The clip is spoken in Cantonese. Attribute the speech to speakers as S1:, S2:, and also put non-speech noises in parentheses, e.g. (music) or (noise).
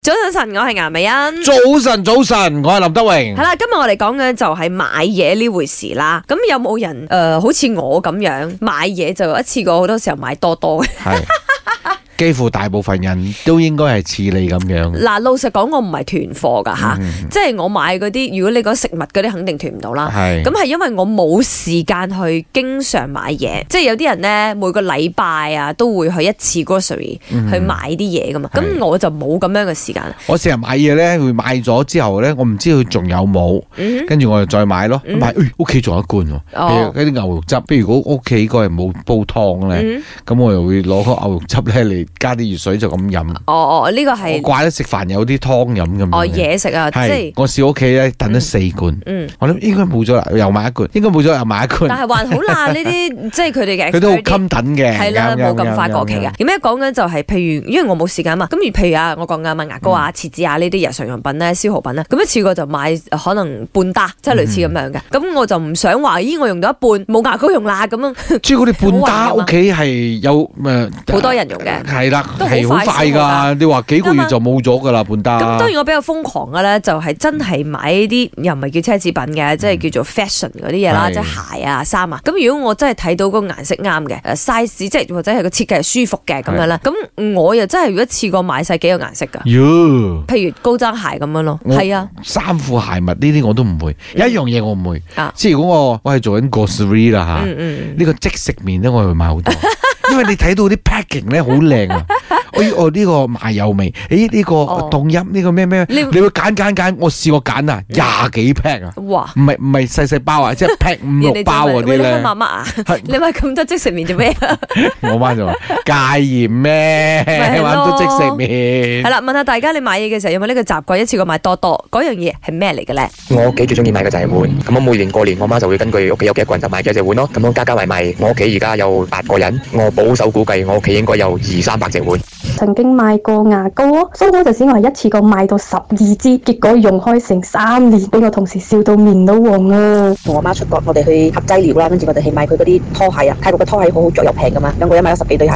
S1: 早晨，我係顏美欣。
S2: 早晨，早晨，我係林德榮
S1: 係。啦，今日我哋講嘅就係買嘢呢回事啦。咁有冇人诶、呃好似我咁樣買嘢就一次過好多時候買多多嘅？
S2: 係，幾乎大部分人都應該係似你咁樣。
S1: (laughs) 嗱，老實講，我唔係囤貨㗎
S2: 嗯
S1: 吓，即係我買嗰啲，如果你講食物嗰啲，肯定囤唔到啦。
S2: 啊係
S1: 咁係因為我冇時間去經常買嘢，即係有啲人咧每個禮拜啊都會去一次 grocery 去買啲嘢噶嘛，咁、
S2: 嗯係
S1: 我就冇咁樣嘅時間啦。
S2: 我成日買嘢咧，會買咗之後咧，我唔知佢仲有冇，
S1: 嗯
S2: 跟住我就再買咯。
S1: 嗯
S2: 買，哎屋企仲有一罐喎，
S1: 哦
S2: 譬如嗰啲牛肉汁。譬如如果屋企嗰人冇煲湯
S1: 哼，
S2: 咧，
S1: 嗯
S2: 咁我又會攞個牛肉汁咧嚟加啲熱水就咁飲。
S1: 哼，哦哦，呢個
S2: 我
S1: 係
S2: 怪得食飯有啲湯飲咁樣嘅。
S1: 哦嘢食啊，即
S2: 係
S1: 係
S2: 我試屋企咧，燉咗四罐，
S1: 嗯。
S2: 我諗應該冇咗啦，又買一罐，應該冇咗又買一
S1: 但
S2: 罐，
S1: 係還好啦，呢
S2: (laughs)
S1: 啲即係佢哋嘅
S2: 佢都好
S1: expert 啲
S2: 襟等嘅，
S1: 係啦，
S2: 啱
S1: 冇咁快過期。
S2: 啱啱
S1: 嘅
S2: 啱。
S1: 咁樣講緊就係，譬如因為我冇時間嘛，咁而譬如啊，我講緊買牙膏
S2: 嗯
S1: 啊、廁紙啊呢啲日常用品咧、消耗品咧，啊咁一次過就買呃可能半打，即係類似咁樣嘅。咁我就唔想話，咦，我用到一半冇牙膏用啦咁樣，
S2: (laughs) 朱古力半打
S1: 好啊玩㗎嘛
S2: 屋企係有誒
S1: 好多人用嘅。
S2: 係啦，
S1: 都好
S2: 係好快
S1: 快消耗啊
S2: 㗎。你話幾個月就冇咗㗎啦，半打。
S1: 咁當然我比較瘋狂嘅咧，就係真係買啲又唔係叫奢侈品嘅，即係叫做 fashion 嗰啲嘢啦，
S2: 嗯係
S1: 即係鞋啊、衫啊。咁如果我真係睇到個顏色啱嘅、誒 size，即係或者係個設計係舒服嘅咁樣啦，咁我又真係如果一次過買晒幾個顏色㗎，
S2: 哟，
S1: 譬如高踭鞋咁樣咯，
S2: 嗯我
S1: 係啊，
S2: 衫褲鞋襪呢啲我都唔會，有一樣嘢我唔會
S1: 嗯啊。
S2: 即係如果我我係做緊 grocery 啦嚇，
S1: 嗯嗯。
S2: 呢個即食麵咧，我係會買好
S1: (laughs)
S2: 多，因為你睇到啲 packing 咧好靚啊！哎，我呢個麻油味，誒呢個
S1: 哦
S2: 凍飲，呢個咩咩，
S1: 你
S2: 你會揀揀揀，我試過揀啊，廿幾 pack 啊！
S1: 哇！
S2: 唔係唔係細細包啊，即係 pack 五
S1: 人
S2: 六
S1: 哋
S2: 包
S1: 就
S2: 嗰
S1: 問
S2: 啲
S1: 喂你
S2: 咧
S1: 開。媽媽啊？
S2: 係
S1: (laughs) 你買咁多即食麵做咩
S2: (laughs)
S1: 啊？
S2: 我媽就話戒鹽咩，
S1: 係
S2: 玩
S1: 咯
S2: 到即食麵
S1: 係。啦，問下大家你買嘢嘅時候有冇呢個習慣，一次過買多多？嗰樣嘢係咩嚟嘅咧？
S3: 我屋企最中意買嘅就係碗，咁我每年過年我媽就會根據屋企有幾多個人就買幾多隻碗咯，咁樣加加埋埋，我屋企而家有八個人，我保守估計我屋企應該有二三百隻碗。
S4: 曾經買過牙膏咯，所以嗰陣時我係一次過買到十二支，結果用開成三年，俾我同事笑到面都黃啊！
S5: 同我媽出國，我哋去合劑療啦，跟住我哋去買佢嗰啲拖鞋啊，泰國嘅拖鞋好好着又平噶嘛，兩個人買咗十幾對鞋。